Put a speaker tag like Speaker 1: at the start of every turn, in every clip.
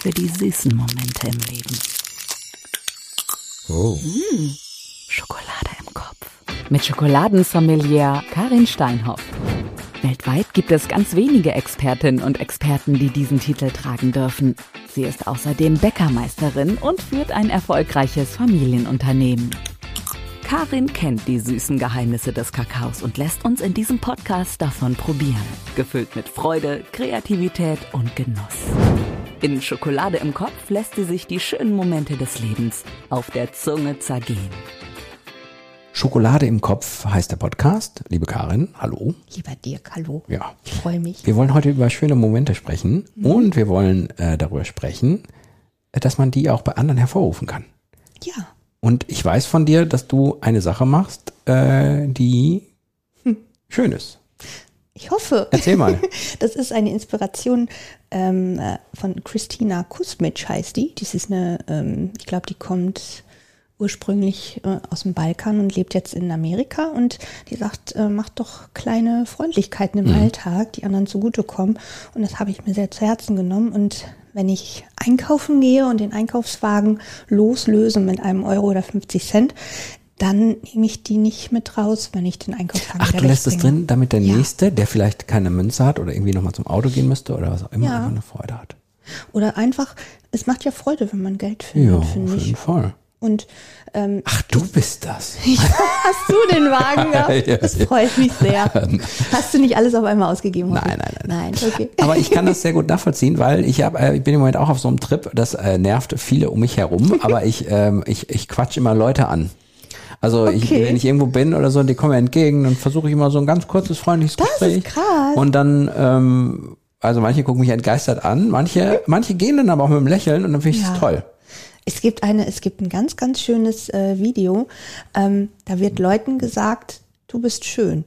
Speaker 1: für die süßen Momente im Leben.
Speaker 2: Oh.
Speaker 3: Hm,
Speaker 1: Schokolade im Kopf.
Speaker 3: Mit Schokoladensommelier Karin Steinhoff. Weltweit gibt es ganz wenige Expertinnen und Experten, die diesen Titel tragen dürfen. Sie ist außerdem Bäckermeisterin und führt ein erfolgreiches Familienunternehmen. Karin kennt die süßen Geheimnisse des Kakaos und lässt uns in diesem Podcast davon probieren. Gefüllt mit Freude, Kreativität und Genuss. In Schokolade im Kopf lässt sie sich die schönen Momente des Lebens auf der Zunge zergehen.
Speaker 2: Schokolade im Kopf heißt der Podcast. Liebe Karin, hallo.
Speaker 4: Lieber Dirk, hallo.
Speaker 2: Ja.
Speaker 4: Ich freue mich.
Speaker 2: Wir wollen heute über schöne Momente sprechen
Speaker 4: Mhm.
Speaker 2: und wir wollen äh, darüber sprechen, äh, dass man die auch bei anderen hervorrufen kann.
Speaker 4: Ja,
Speaker 2: Und ich weiß von dir, dass du eine Sache machst, äh, die
Speaker 4: Hm.
Speaker 2: schön ist.
Speaker 4: ich hoffe.
Speaker 2: Erzähl mal.
Speaker 4: Das ist eine Inspiration ähm, äh, von Christina Kusmic heißt die. Das ist eine, ähm, ich glaube, die kommt ursprünglich äh, aus dem Balkan und lebt jetzt in Amerika und die sagt, äh, macht doch kleine Freundlichkeiten im
Speaker 2: Mhm.
Speaker 4: Alltag, die anderen zugutekommen. Und das habe ich mir sehr zu Herzen genommen. Und wenn ich einkaufen gehe und den Einkaufswagen loslöse mit einem Euro oder 50 Cent, dann nehme ich die nicht mit raus, wenn ich den Einkaufswagen
Speaker 2: Ach,
Speaker 4: wieder
Speaker 2: du lässt es
Speaker 4: wegbringe.
Speaker 2: drin, damit der
Speaker 4: Ja.
Speaker 2: Nächste, der vielleicht keine Münze hat oder irgendwie nochmal zum Auto gehen müsste oder was auch immer,
Speaker 4: Ja.
Speaker 2: einfach eine Freude hat.
Speaker 4: Oder einfach, es macht ja Freude, wenn man Geld
Speaker 2: Ja,
Speaker 4: findet,
Speaker 2: auf
Speaker 4: finde ich.
Speaker 2: jeden Fall.
Speaker 4: Und ähm,
Speaker 2: Ach, du bist das.
Speaker 4: hast du den Wagen gehabt?
Speaker 2: Ja,
Speaker 4: Das
Speaker 2: ja.
Speaker 4: freut mich sehr. Hast du nicht alles auf einmal ausgegeben? hoffe
Speaker 2: Nein,
Speaker 4: ich?
Speaker 2: nein,
Speaker 4: Nein, okay.
Speaker 2: Aber ich kann das sehr gut nachvollziehen, weil ich hab, äh, ich bin im Moment auch auf so einem Trip, das äh, nervt viele um mich herum, aber ich, ähm, ich, ich quatsch immer Leute an. Also ich,
Speaker 4: Okay.
Speaker 2: wenn ich irgendwo bin oder so, die kommen mir entgegen, dann versuche ich immer so ein ganz kurzes, freundliches
Speaker 4: ist
Speaker 2: Gespräch.
Speaker 4: krass.
Speaker 2: Und dann, ähm, also manche gucken mich entgeistert an, manche, manche gehen dann aber auch mit einem Lächeln und dann finde ich das
Speaker 4: Ja.
Speaker 2: toll.
Speaker 4: Es gibt eine, es gibt ein ganz, ganz schönes äh, Video. Ähm, da wird Leuten gesagt, du bist schön.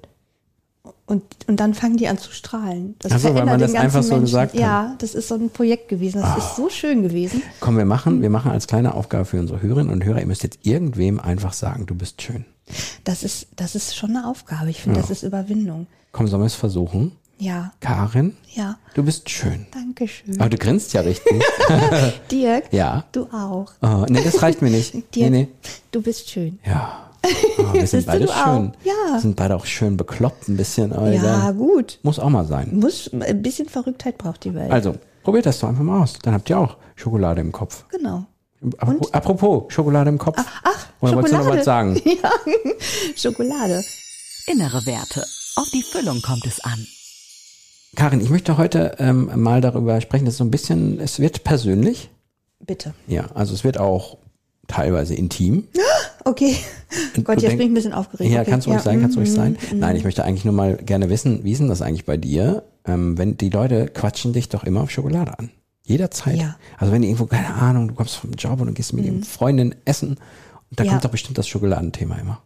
Speaker 4: Und, und dann fangen die an zu strahlen. Das
Speaker 2: Ach so, weil
Speaker 4: verändert
Speaker 2: man
Speaker 4: den
Speaker 2: das
Speaker 4: ganzen
Speaker 2: einfach so
Speaker 4: Menschen.
Speaker 2: gesagt hat. Ah.
Speaker 4: Ja, das ist so ein Projekt gewesen. Das ist so schön gewesen.
Speaker 2: Komm, wir machen, wir machen als kleine Aufgabe für unsere Hörerinnen und Hörer, ihr müsst jetzt irgendwem einfach sagen, du bist schön.
Speaker 4: Das ist, das ist schon eine Aufgabe. Ich finde, das ist Überwindung.
Speaker 2: Komm, sollen wir es versuchen?
Speaker 4: Ja,
Speaker 2: Karin,
Speaker 4: ja.
Speaker 2: du bist schön.
Speaker 4: Dankeschön.
Speaker 2: Aber du grinst ja richtig.
Speaker 4: Dirk,
Speaker 2: Ja.
Speaker 4: du auch.
Speaker 2: Oh, nee, das reicht mir nicht. nee,
Speaker 4: Dirk,
Speaker 2: nee.
Speaker 4: du bist schön.
Speaker 2: Ja. Oh, wir sind
Speaker 4: Siehst du,
Speaker 2: beide
Speaker 4: du auch.
Speaker 2: schön.
Speaker 4: Ja.
Speaker 2: Wir sind beide auch schön bekloppt ein bisschen. Aber
Speaker 4: Ja,
Speaker 2: egal.
Speaker 4: gut.
Speaker 2: Muss auch mal sein.
Speaker 4: Muss, ein bisschen Verrücktheit braucht die Welt.
Speaker 2: Also, probiert das doch einfach mal aus. Dann habt ihr auch Schokolade im Kopf.
Speaker 4: Genau.
Speaker 2: Apropos, apropos Schokolade im Kopf.
Speaker 4: Ah, Ach,
Speaker 2: Oder wolltest du noch
Speaker 4: Schokolade.
Speaker 2: was sagen?
Speaker 4: Ja, Schokolade.
Speaker 3: Innere Werte. Auf die Füllung kommt es an.
Speaker 2: Karin, ich möchte heute ähm, mal darüber sprechen. Das ist so ein bisschen, es wird persönlich.
Speaker 4: Bitte.
Speaker 2: Ja, also es wird auch teilweise intim.
Speaker 4: Okay. Gott,
Speaker 2: du
Speaker 4: jetzt
Speaker 2: denk-
Speaker 4: bin ich ein bisschen aufgeregt.
Speaker 2: Ja,
Speaker 4: okay.
Speaker 2: kannst du ruhig
Speaker 4: ja.
Speaker 2: sein, kannst du ruhig
Speaker 4: mhm.
Speaker 2: sein. Nein, ich möchte eigentlich nur mal gerne wissen, wie ist denn das eigentlich bei dir? Ähm, wenn die Leute quatschen dich doch immer auf Schokolade an. Jederzeit.
Speaker 4: Ja. Mhm.
Speaker 2: Also wenn die irgendwo, keine Ahnung, du kommst vom Job und du gehst mit ihren Freundin essen, und da
Speaker 4: Ja.
Speaker 2: kommt doch bestimmt das Schokoladenthema immer.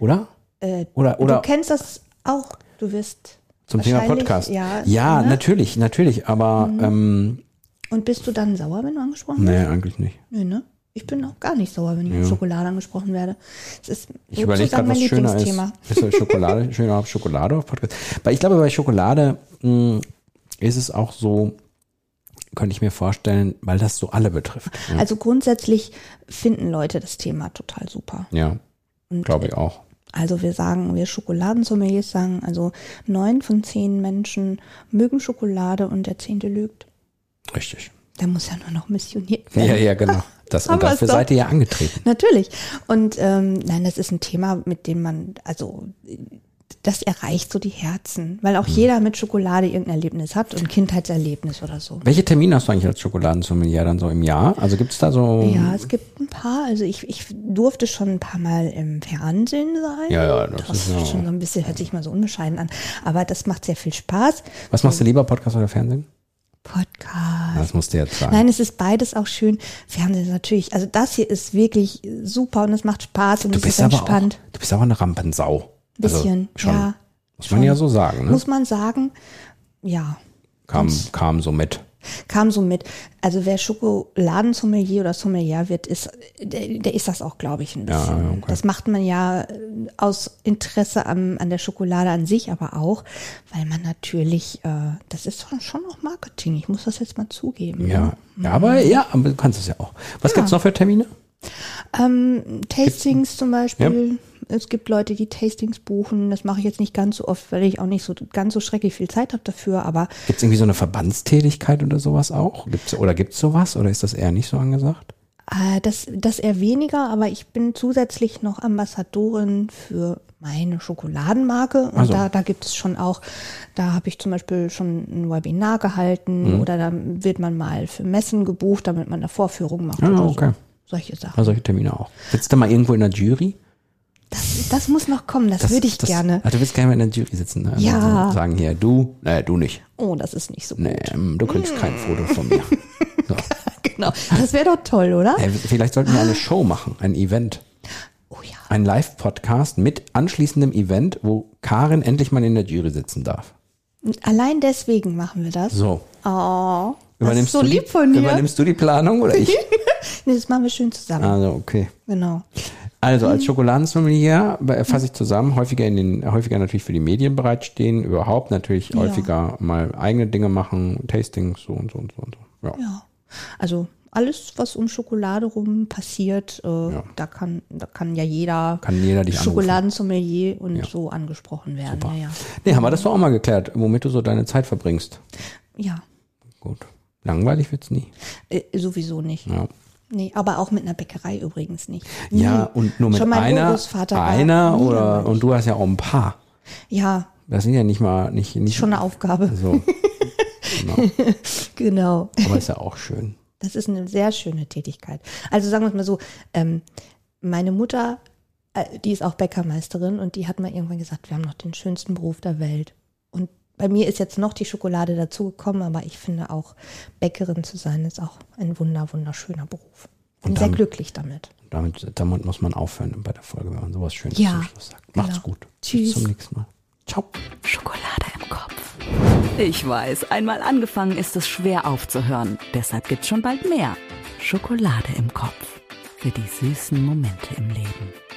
Speaker 2: Oder?
Speaker 4: Äh,
Speaker 2: Oder,
Speaker 4: Du
Speaker 2: oder
Speaker 4: kennst das auch. Du wirst.
Speaker 2: zum Thema
Speaker 4: wahrscheinlich-
Speaker 2: Podcast.
Speaker 4: Ja,
Speaker 2: ja
Speaker 4: ne? Mhm.
Speaker 2: natürlich, natürlich, aber ähm,
Speaker 4: Und bist du dann sauer, wenn du angesprochen wirst?
Speaker 2: nee, eigentlich nicht.
Speaker 4: Nö, ne? Ich bin auch gar nicht sauer, wenn ich
Speaker 2: Ja.
Speaker 4: mit Schokolade angesprochen werde. Es ist
Speaker 2: Ich überlege gerade, was schöner ist. Ist das Schokolade, schöner auf Schokolade auf Podcast? Weil ich glaube, bei Schokolade mh, ist es auch so, könnte ich mir vorstellen, weil das so alle betrifft. Ja,
Speaker 4: Also grundsätzlich finden Leute das Thema total super.
Speaker 2: ja glaube ich auch.
Speaker 4: Also wir sagen, wir Schokoladensommeliers sagen, also neun von zehn Menschen mögen Schokolade und der zehnte lügt.
Speaker 2: Richtig.
Speaker 4: Da muss ja nur noch missioniert werden.
Speaker 2: Ja, ja, genau. Das,
Speaker 4: Haben
Speaker 2: und dafür
Speaker 4: wir's doch.
Speaker 2: seid ihr ja angetreten.
Speaker 4: Natürlich. Und ähm, nein, das ist ein Thema, mit dem man, also das erreicht so die Herzen, weil
Speaker 2: Hm.
Speaker 4: auch jeder mit Schokolade irgendein Erlebnis hat und Kindheitserlebnis oder so.
Speaker 2: Welche Termine hast du eigentlich als Schokoladensommelier dann so im Jahr? Also gibt es da so...
Speaker 4: Ja, es gibt ein paar. Also ich, ich durfte schon ein paar Mal im Fernsehen sein.
Speaker 2: Ja, ja, das
Speaker 4: das,
Speaker 2: ist ja-
Speaker 4: ist schon so ein bisschen, hört sich mal so unbescheiden an. Aber das macht sehr viel Spaß.
Speaker 2: Was machst du lieber, Podcast oder Fernsehen?
Speaker 4: Podcast.
Speaker 2: Das musst du jetzt sagen.
Speaker 4: also Nein, es ist beides auch schön. Fernsehen ist natürlich, also das hier ist wirklich super und es macht Spaß und
Speaker 2: du
Speaker 4: es ist
Speaker 2: bist aber auch,
Speaker 4: entspannt.
Speaker 2: du bist aber eine Rampensau. Also
Speaker 4: Bisschen,
Speaker 2: schon,
Speaker 4: ja,
Speaker 2: Muss man ja so sagen, ne?
Speaker 4: Muss man sagen, ja.
Speaker 2: Kam, kam so mit.
Speaker 4: Kam so mit. Also wer Schokoladensommelier oder Sommelier wird, ist, der, der ist das auch, glaube ich, ein
Speaker 2: Ja,
Speaker 4: bisschen.
Speaker 2: okay.
Speaker 4: Das macht man ja äh, aus Interesse am, an der Schokolade an sich, aber auch, weil man natürlich, äh, das ist schon- schon auch Marketing. Ich muss das jetzt mal zugeben. ne?
Speaker 2: Ja. ja, aber
Speaker 4: Mhm.
Speaker 2: ja, aber du kannst es ja auch. Was gibt's noch für Termine?
Speaker 4: Ähm, Tastings zum Beispiel. Es gibt Leute, die Tastings buchen. Das mache ich jetzt nicht ganz so oft, weil ich auch nicht so ganz so schrecklich viel Zeit habe dafür. Aber
Speaker 2: Gibt's irgendwie so eine Verbandstätigkeit oder sowas auch? Gibt's, oder gibt's sowas? Oder ist das eher nicht so angesagt?
Speaker 4: äh, das, das eher weniger. Aber ich bin zusätzlich noch Ambassadorin für meine Schokoladenmarke. Und
Speaker 2: Also.
Speaker 4: da, da gibt es schon auch, da habe ich zum Beispiel schon ein Webinar gehalten
Speaker 2: Mhm.
Speaker 4: oder da wird man mal für Messen gebucht, damit man eine Vorführung macht.
Speaker 2: Ah,
Speaker 4: oder
Speaker 2: okay.
Speaker 4: So. Solche Sachen.
Speaker 2: Also solche Termine auch. Sitzt du mal irgendwo in der Jury? Also
Speaker 4: Das, das muss noch kommen, das, würde ich gerne.
Speaker 2: Ah, du willst gerne mal in der Jury sitzen. Ne?
Speaker 4: Ja.
Speaker 2: Also sagen hier, du, nee, du nicht.
Speaker 4: Oh, das ist nicht so gut.
Speaker 2: Nee, ähm, du
Speaker 4: Mm.
Speaker 2: kriegst kein Foto von mir. So.
Speaker 4: Genau. Das wäre doch toll, oder?
Speaker 2: Hey, vielleicht sollten wir eine Show machen, ein Event.
Speaker 4: Oh ja.
Speaker 2: Ein Live-Podcast mit anschließendem Event, wo Karin endlich mal in der Jury sitzen darf.
Speaker 4: Allein deswegen machen wir das.
Speaker 2: So.
Speaker 4: Oh, das ist
Speaker 2: Übernimmst
Speaker 4: so
Speaker 2: du
Speaker 4: lieb
Speaker 2: die,
Speaker 4: von dir.
Speaker 2: Übernimmst du die Planung oder ich?
Speaker 4: Nee, das machen wir schön zusammen.
Speaker 2: Also, okay.
Speaker 4: Genau.
Speaker 2: Also als Schokoladensommelier be- fasse ich zusammen, häufiger in den, häufiger natürlich für die Medien bereitstehen, überhaupt natürlich häufiger mal eigene Dinge machen, Tastings, so und so und so und so. Ja.
Speaker 4: Ja. Also alles, was um Schokolade rum passiert, äh, da, kann, da kann ja jeder
Speaker 2: Kann jeder dich anrufen.
Speaker 4: Schokoladensommelier und so angesprochen werden. Ja, ja.
Speaker 2: Nee, haben wir das doch auch mal geklärt, womit du so deine Zeit verbringst.
Speaker 4: ja.
Speaker 2: Gut. Langweilig wird's nie.
Speaker 4: Äh, sowieso nicht.
Speaker 2: Ja.
Speaker 4: Nee, aber auch mit einer Bäckerei übrigens nicht.
Speaker 2: Ja, und nur mit
Speaker 4: Schon mein
Speaker 2: einer,
Speaker 4: Urgroßvater war
Speaker 2: einer
Speaker 4: nie
Speaker 2: oder
Speaker 4: langweilig.
Speaker 2: und du hast ja auch ein paar.
Speaker 4: Ja,
Speaker 2: Das sind ja nicht mal nicht nicht
Speaker 4: schon eine Aufgabe.
Speaker 2: so,
Speaker 4: Genau.
Speaker 2: aber ist ja auch schön.
Speaker 4: Das ist eine sehr schöne Tätigkeit. Also sagen wir es mal so, ähm, meine Mutter, äh, die ist auch Bäckermeisterin und die hat mal irgendwann gesagt, wir haben noch den schönsten Beruf der Welt. Und bei mir ist jetzt noch die Schokolade dazugekommen, aber ich finde auch, Bäckerin zu sein, ist auch ein wunder, wunderschöner Beruf. Bin
Speaker 2: Und
Speaker 4: sehr
Speaker 2: dann-
Speaker 4: glücklich damit.
Speaker 2: Damit, damit muss man aufhören bei der Folge, wenn man sowas Schönes
Speaker 4: Ja,
Speaker 2: zum Schluss sagt. Macht's
Speaker 4: genau.
Speaker 2: gut.
Speaker 4: Tschüss.
Speaker 2: Bis zum nächsten Mal. Ciao.
Speaker 1: Schokolade im Kopf.
Speaker 3: Ich weiß, einmal angefangen ist es schwer aufzuhören. Deshalb gibt's schon bald mehr.
Speaker 1: Schokolade im Kopf. Für die süßen Momente im Leben.